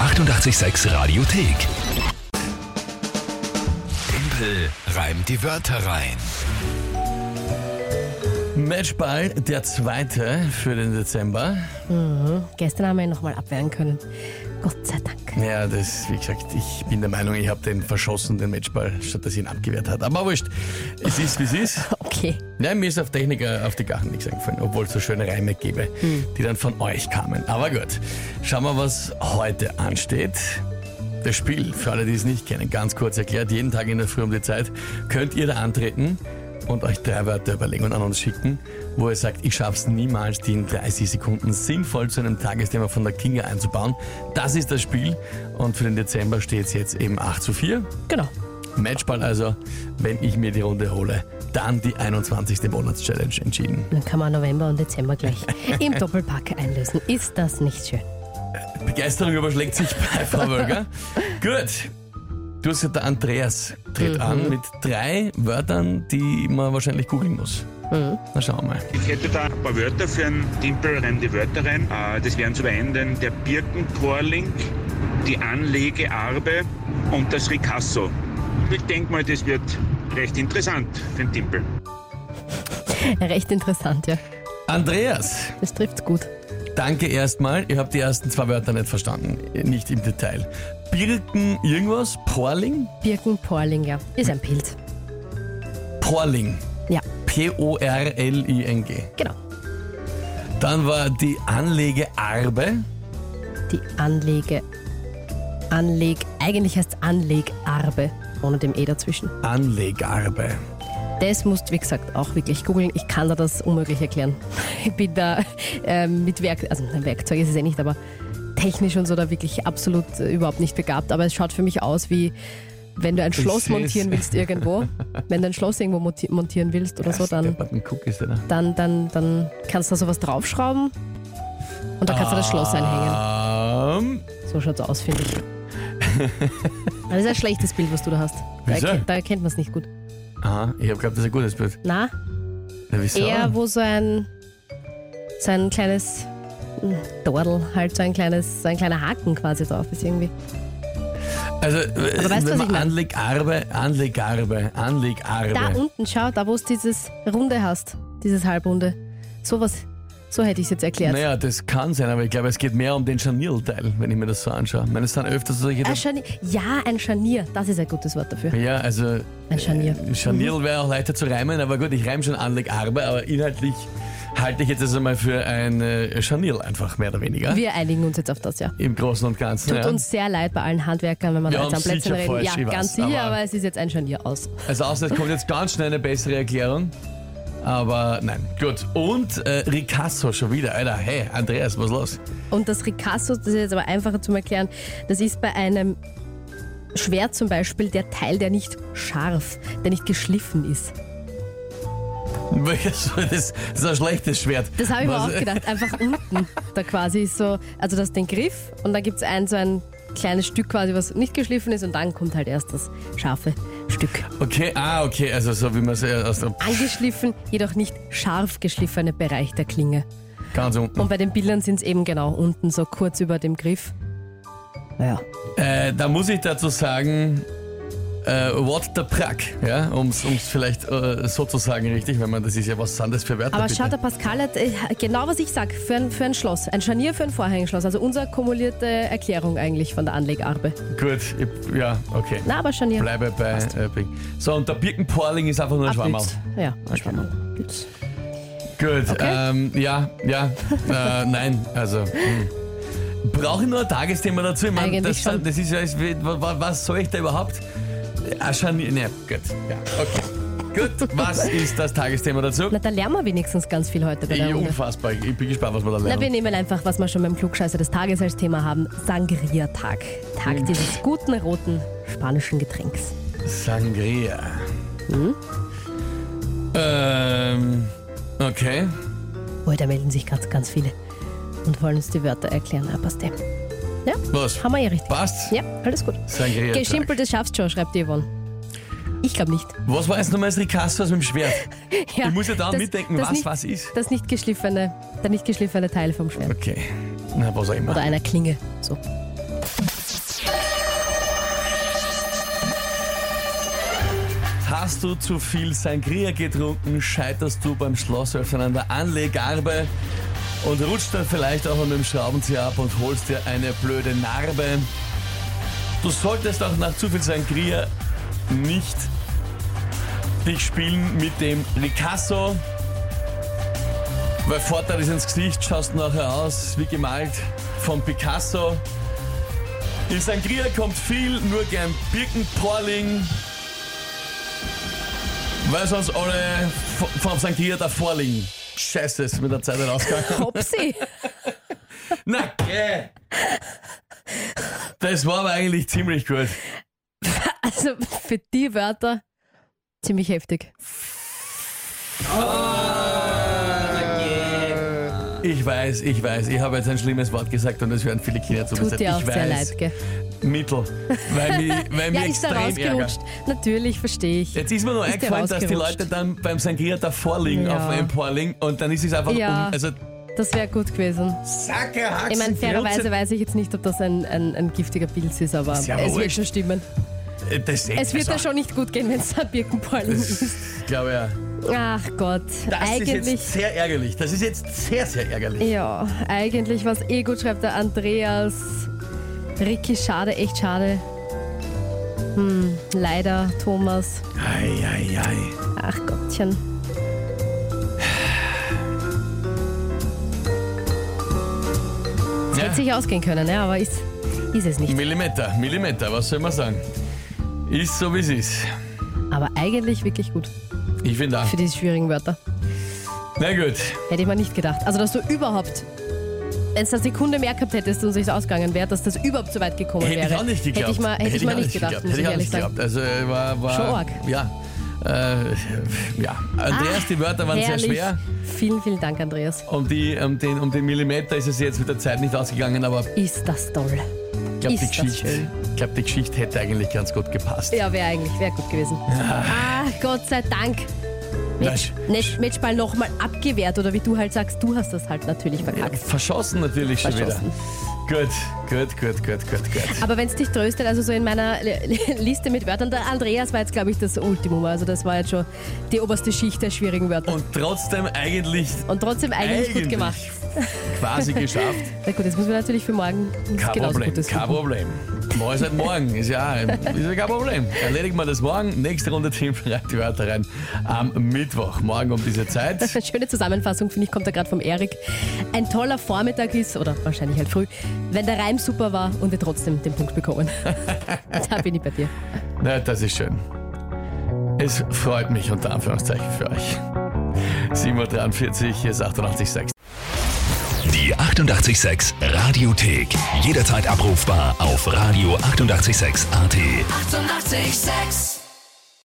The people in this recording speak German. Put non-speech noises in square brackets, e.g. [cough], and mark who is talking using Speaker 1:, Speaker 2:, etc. Speaker 1: 886 Radiothek. Tempel reimt die Wörter rein.
Speaker 2: Matchball, der zweite für den Dezember.
Speaker 3: Gestern haben wir ihn nochmal abwehren können. Gott sei Dank.
Speaker 2: Ja, das, wie gesagt, ich bin der Meinung, ich habe den verschossen, den Matchball, statt dass ich ihn abgewehrt hat. Aber wurscht, es ist, wie es ist.
Speaker 3: Okay.
Speaker 2: Nein, mir ist auf Techniker auf die Gachen nichts eingefallen, obwohl es so schöne Reime gäbe, die dann von euch kamen. Aber gut, schauen wir, was heute ansteht. Das Spiel, für alle, die es nicht kennen, ganz kurz erklärt, jeden Tag in der Früh um die Zeit könnt ihr da antreten und euch drei Wörter überlegen und an uns schicken, wo ihr sagt, ich schaff's niemals, die in 30 Sekunden sinnvoll zu einem Tagesthema von der Kinga einzubauen. Das ist das Spiel und für den Dezember steht es jetzt eben 8 zu 4.
Speaker 3: Genau.
Speaker 2: Matchball also, wenn ich mir die Runde hole, dann die 21. Monatschallenge entschieden.
Speaker 3: Dann kann man November und Dezember gleich im Doppelpack einlösen. Ist das nicht schön?
Speaker 2: Begeisterung überschlägt sich bei Frau Wölger. Gut. Du hast gesagt, der Andreas tritt an mit drei Wörtern, die man wahrscheinlich googeln muss. Na schauen wir mal.
Speaker 4: Ich hätte da ein paar Wörter für einen Timpel, rein die Wörter rein. Äh, Das wären zum einen der Birkentorlink, die Anlegearbe und das Ricasso. Ich denke mal, das wird recht interessant für den Timpel.
Speaker 3: Recht interessant, ja.
Speaker 2: Andreas,
Speaker 3: Das trifft's gut.
Speaker 2: danke erstmal. Ihr habt die ersten zwei Wörter nicht verstanden. Nicht im Detail. Birken irgendwas? Porling?
Speaker 3: Birkenporling, ja. Ist ein Pilz.
Speaker 2: Porling.
Speaker 3: Ja,
Speaker 2: P-O-R-L-I-N-G.
Speaker 3: genau.
Speaker 2: Dann war die Anlegearbe.
Speaker 3: Die Anlege. Anleg. Eigentlich heißt es Anlegarbe. Ohne dem E dazwischen.
Speaker 2: Anlegarbe.
Speaker 3: Das musst du, wie gesagt, auch wirklich googeln. Ich kann dir das unmöglich erklären. [laughs] Ich bin da ähm, mit Werk also nein, Werkzeug ist es ja nicht, aber technisch und so da wirklich absolut äh, überhaupt nicht begabt. Aber es schaut für mich aus wie, wenn du ein Schloss
Speaker 2: seh's.
Speaker 3: montieren
Speaker 2: [laughs]
Speaker 3: willst irgendwo, wenn du ein Schloss irgendwo monti- montieren willst oder so, dann,
Speaker 2: Guck ist da.
Speaker 3: dann, dann, dann kannst du da sowas draufschrauben und da kannst du das Schloss
Speaker 2: Ähm,
Speaker 3: einhängen. So schaut's aus, finde
Speaker 2: [laughs]
Speaker 3: ich. Das ist ein schlechtes Bild, was du da hast. Da,
Speaker 2: Wieso?
Speaker 3: erken- da erkennt man es nicht gut.
Speaker 2: aha, ich habe geglaubt, das ist ein gutes Bild.
Speaker 3: Na,
Speaker 2: Na, wieso?
Speaker 3: eher wo so ein, so ein kleines hm, Dordel, halt so ein, kleines, so ein kleiner Haken quasi drauf ist irgendwie.
Speaker 2: also, äh, wenn
Speaker 3: Aber weißt du, was
Speaker 2: man
Speaker 3: ich mein?
Speaker 2: Anlegarbe, Anlegarbe, Anlegarbe.
Speaker 3: Da unten, schau, da wo du dieses Runde hast, dieses Halbrunde. Sowas, so hätte ich es jetzt erklärt.
Speaker 2: Naja, das kann sein, aber ich glaube, es geht mehr um den Scharnierteil, wenn ich mir das so anschaue. Ich meine, es sind öfters solche...
Speaker 3: Ein Scharnier, ja, ein Scharnier, das ist ein gutes Wort dafür.
Speaker 2: Ja, also...
Speaker 3: Ein Scharnier.
Speaker 2: äh, Scharnierl wäre auch leichter zu reimen, aber gut, ich reime schon Anlegarbe, aber inhaltlich halte ich jetzt das einmal für ein äh, Scharnierl einfach, mehr oder weniger.
Speaker 3: Wir einigen uns jetzt auf das, ja.
Speaker 2: Im Großen und Ganzen.
Speaker 3: Tut
Speaker 2: ja.
Speaker 3: uns sehr leid bei allen Handwerkern, wenn wir
Speaker 2: Wir
Speaker 3: da jetzt am
Speaker 2: haben's
Speaker 3: Plätzchen
Speaker 2: sicher
Speaker 3: reden.
Speaker 2: falsch,
Speaker 3: ja,
Speaker 2: ich
Speaker 3: ganz
Speaker 2: weiß,
Speaker 3: sicher,
Speaker 2: aber-
Speaker 3: aber, es ist jetzt ein Scharnier aus.
Speaker 2: Also außer es kommt jetzt ganz schnell eine bessere Erklärung. Aber nein, gut. Und äh, Ricasso schon wieder. Alter, hey, Andreas, was los?
Speaker 3: Und das Ricasso, das ist jetzt aber einfacher zum Erklären, das ist bei einem Schwert zum Beispiel der Teil, der nicht scharf, der nicht geschliffen ist.
Speaker 2: [laughs] Das ist das ist ein schlechtes Schwert.
Speaker 3: Das habe ich mir
Speaker 2: Was- äh,
Speaker 3: auch gedacht, einfach unten. Da quasi ist so, also das ist den Griff und da gibt es ein so ein kleines Stück quasi, was nicht geschliffen ist und dann kommt halt erst das scharfe Stück.
Speaker 2: Okay, ah, okay, also so wie man es äh, aus der,
Speaker 3: Angeschliffen, jedoch nicht scharf geschliffene Bereich der Klinge.
Speaker 2: ganz unten.
Speaker 3: Und bei den Bildern sind es eben genau unten, so kurz über dem Griff. Naja.
Speaker 2: Äh, da muss ich dazu sagen, äh, what the Prack, ja, um es vielleicht äh, so zu sagen, richtig, weil man das ist ja was Sandes für Wörter.
Speaker 3: Aber
Speaker 2: bitte.
Speaker 3: schau, der Pascal hat äh, genau, was ich sag, für ein, für ein Schloss. Ein Scharnier für ein Vorhängeschloss. Also unsere kumulierte Erklärung eigentlich von der Anlegarbe.
Speaker 2: Gut, ich, ja, okay.
Speaker 3: Na, aber Scharnier.
Speaker 2: Bleibe bei äh, Bing. So, und der Birkenporling ist einfach nur ein Schwammerl.
Speaker 3: Abnütz. Ja, Schwammerl. Nütz.
Speaker 2: Gut,
Speaker 3: Okay.
Speaker 2: ähm, ja, ja, äh, nein, also. hm. Brauche ich nur ein Tagesthema dazu? Ich mein,
Speaker 3: Eigentlich
Speaker 2: das,
Speaker 3: schon.
Speaker 2: das ist ja, es wird- wa- wa- was soll ich da überhaupt? Ah, schon, ne, gut, ja, okay. Gut,
Speaker 3: [laughs]
Speaker 2: was ist das Tagesthema dazu?
Speaker 3: Na, da lernen wir wenigstens ganz viel heute bei der
Speaker 2: Ich,
Speaker 3: Runde.
Speaker 2: unfassbar, ich bin gespannt, was wir da
Speaker 3: Na, wir
Speaker 2: lernen.
Speaker 3: nehmen einfach, was wir schon beim Klugscheißer des Tages als Thema haben: Sangria-Tag.
Speaker 2: Mhm.
Speaker 3: Tag dieses guten, roten spanischen Getränks.
Speaker 2: Sangria.
Speaker 3: Hm?
Speaker 2: Ähm, okay.
Speaker 3: Oh, da melden sich ganz, ganz viele und wollen uns die Wörter erklären. Aber passt eh. Ja,
Speaker 2: Was?
Speaker 3: haben wir ja richtig.
Speaker 2: Passt?
Speaker 3: Ja, alles gut.
Speaker 2: Sangria.
Speaker 3: Geschimpelt, das schaffst du schon, schreibt die Yvonne. Ich glaube nicht.
Speaker 2: Was war jetzt nochmal das Ricasso aus dem Schwert?
Speaker 3: Ja,
Speaker 2: ich muss ja daran
Speaker 3: das-
Speaker 2: mitdenken,
Speaker 3: das
Speaker 2: was
Speaker 3: nicht,
Speaker 2: was ist.
Speaker 3: Das nicht geschliffene, der nicht geschliffene Teil vom Schwert.
Speaker 2: Okay. Na, was auch immer.
Speaker 3: Oder einer Klinge. So.
Speaker 2: Hast du zu viel Sangria getrunken, scheiterst du beim Schlossöffnen an der Anlegarbe und rutscht dann vielleicht auch an dem Schraubenzieher ab und holst dir eine blöde Narbe. Du solltest auch nach zu viel Sangria nicht dich spielen mit dem Ricasso, weil Vorteil ist ins Gesicht, schaust nachher aus wie gemalt von Picasso. In Sangria kommt viel, nur gern Birkenporling, weil sonst alle v- vom Sangria davor liegen. Scheiße, ist mit der Zeit
Speaker 3: [laughs]
Speaker 2: rausgegangen. [laughs]
Speaker 3: Hopsi.
Speaker 2: Na, geh! Das war aber eigentlich ziemlich gut.
Speaker 3: Also für die Wörter ziemlich heftig.
Speaker 2: Ich weiß, ich weiß, ich habe jetzt ein schlimmes Wort gesagt und es hören viele Kinder zu.
Speaker 3: Tut dir auch
Speaker 2: Also, ich
Speaker 3: sehr
Speaker 2: weiß,
Speaker 3: leid, gell?
Speaker 2: Mittel, weil mir,
Speaker 3: [laughs]
Speaker 2: weil mir
Speaker 3: Ja, ist da
Speaker 2: extrem Ärger.
Speaker 3: rausgerutscht. Natürlich, verstehe ich.
Speaker 2: Jetzt ist mir nur
Speaker 3: Ist der
Speaker 2: eingefallen, dass die
Speaker 3: rausgerutscht?
Speaker 2: Leute dann beim Sangria davor liegen
Speaker 3: Ja.
Speaker 2: auf dem Porling und dann ist es einfach
Speaker 3: Ja.
Speaker 2: um. Also,
Speaker 3: Das wäre gut gewesen.
Speaker 2: Sacke, Haxen,
Speaker 3: Ich meine, fairerweise
Speaker 2: Grütze.
Speaker 3: weiß ich jetzt nicht, ob das ein, ein, ein giftiger Pilz ist, aber
Speaker 2: Ist ja
Speaker 3: es wird
Speaker 2: wurscht.
Speaker 3: schon stimmen.
Speaker 2: Äh, Das
Speaker 3: Es wird ja
Speaker 2: also,
Speaker 3: schon nicht gut gehen, wenn es ein Birkenpollen ist.
Speaker 2: [laughs] Ich glaube ja.
Speaker 3: Ach Gott,
Speaker 2: Das ist
Speaker 3: eigentlich.
Speaker 2: jetzt sehr ärgerlich. Das ist jetzt sehr, sehr ärgerlich.
Speaker 3: Ja, eigentlich was eh gut, schreibt der Andreas. Ricky, schade, echt schade. Hm, leider, Thomas.
Speaker 2: Ei, ei, ei.
Speaker 3: Ach Gottchen. Es
Speaker 2: Ja.
Speaker 3: hätte sich ausgehen können, ja, aber ist, ist es nicht.
Speaker 2: Millimeter, Millimeter, was soll man sagen? Ist so, wie es ist. Mhm.
Speaker 3: Aber eigentlich wirklich gut
Speaker 2: Ich finde auch.
Speaker 3: für diese schwierigen Wörter.
Speaker 2: Na gut.
Speaker 3: Hätte ich mal nicht gedacht. Also, dass du überhaupt, wenn es eine Sekunde mehr gehabt hättest und sich ausgegangen wäre, dass das überhaupt so weit gekommen
Speaker 2: Hätte
Speaker 3: wäre.
Speaker 2: ich auch nicht geglaubt.
Speaker 3: Hätte ich mal, hätte ich mal
Speaker 2: auch
Speaker 3: nicht gedacht, muss
Speaker 2: Hätte
Speaker 3: ich
Speaker 2: ich auch nicht
Speaker 3: ehrlich sagen.
Speaker 2: geglaubt. Also äh, war, war
Speaker 3: Schon arg.
Speaker 2: Ja. Äh, ja. Andreas, die Wörter waren
Speaker 3: Herrlich.
Speaker 2: sehr schwer.
Speaker 3: Vielen, vielen Dank, Andreas.
Speaker 2: Um, die, um, den, um den Millimeter ist es jetzt mit der Zeit nicht ausgegangen, aber
Speaker 3: Ist das toll.
Speaker 2: ich glaube, die,
Speaker 3: Ist das
Speaker 2: Geschichte-
Speaker 3: schön.
Speaker 2: ich glaub, die Geschichte hätte eigentlich ganz gut gepasst.
Speaker 3: Ja, wäre eigentlich, wäre gut gewesen. Ah, Gott sei Dank.
Speaker 2: Mensch.
Speaker 3: Nicht Matchball nochmal abgewehrt oder wie du halt sagst, du hast das halt natürlich verkackt.
Speaker 2: Verschossen natürlich
Speaker 3: Verschossen.
Speaker 2: schon wieder. Gut, gut, gut, gut, gut, gut.
Speaker 3: Aber wenn es dich tröstet, also so in meiner Li- Liste mit Wörtern, der Andreas war jetzt, glaube ich, das Ultimum. Also das war jetzt schon die oberste Schicht der schwierigen Wörter.
Speaker 2: Und trotzdem eigentlich,
Speaker 3: Und trotzdem eigentlich, gut gemacht.
Speaker 2: quasi
Speaker 3: [laughs]
Speaker 2: geschafft.
Speaker 3: Na gut, jetzt müssen wir natürlich für morgen
Speaker 2: Kein
Speaker 3: genauso
Speaker 2: Problem,
Speaker 3: Gutes
Speaker 2: kein
Speaker 3: suchen.
Speaker 2: Problem. Morgen ist halt morgen, ist ja, ist ja kein Problem. Erledigen wir das morgen. Nächste Runde Team schreibt die Wörter rein am Mittwoch. Morgen um diese Zeit.
Speaker 3: Schöne Zusammenfassung, finde ich, kommt da gerade vom Erik. Ein toller Vormittag ist, oder wahrscheinlich halt früh, wenn der Reim super war und wir trotzdem den Punkt bekommen. [laughs] da bin ich bei dir.
Speaker 2: Na, das ist schön. Es freut mich unter Anführungszeichen für euch. 7.43 Uhr, hier ist 88.6.
Speaker 1: Die 886 Radiothek. Jederzeit abrufbar auf radio886.at. 886!
Speaker 5: 886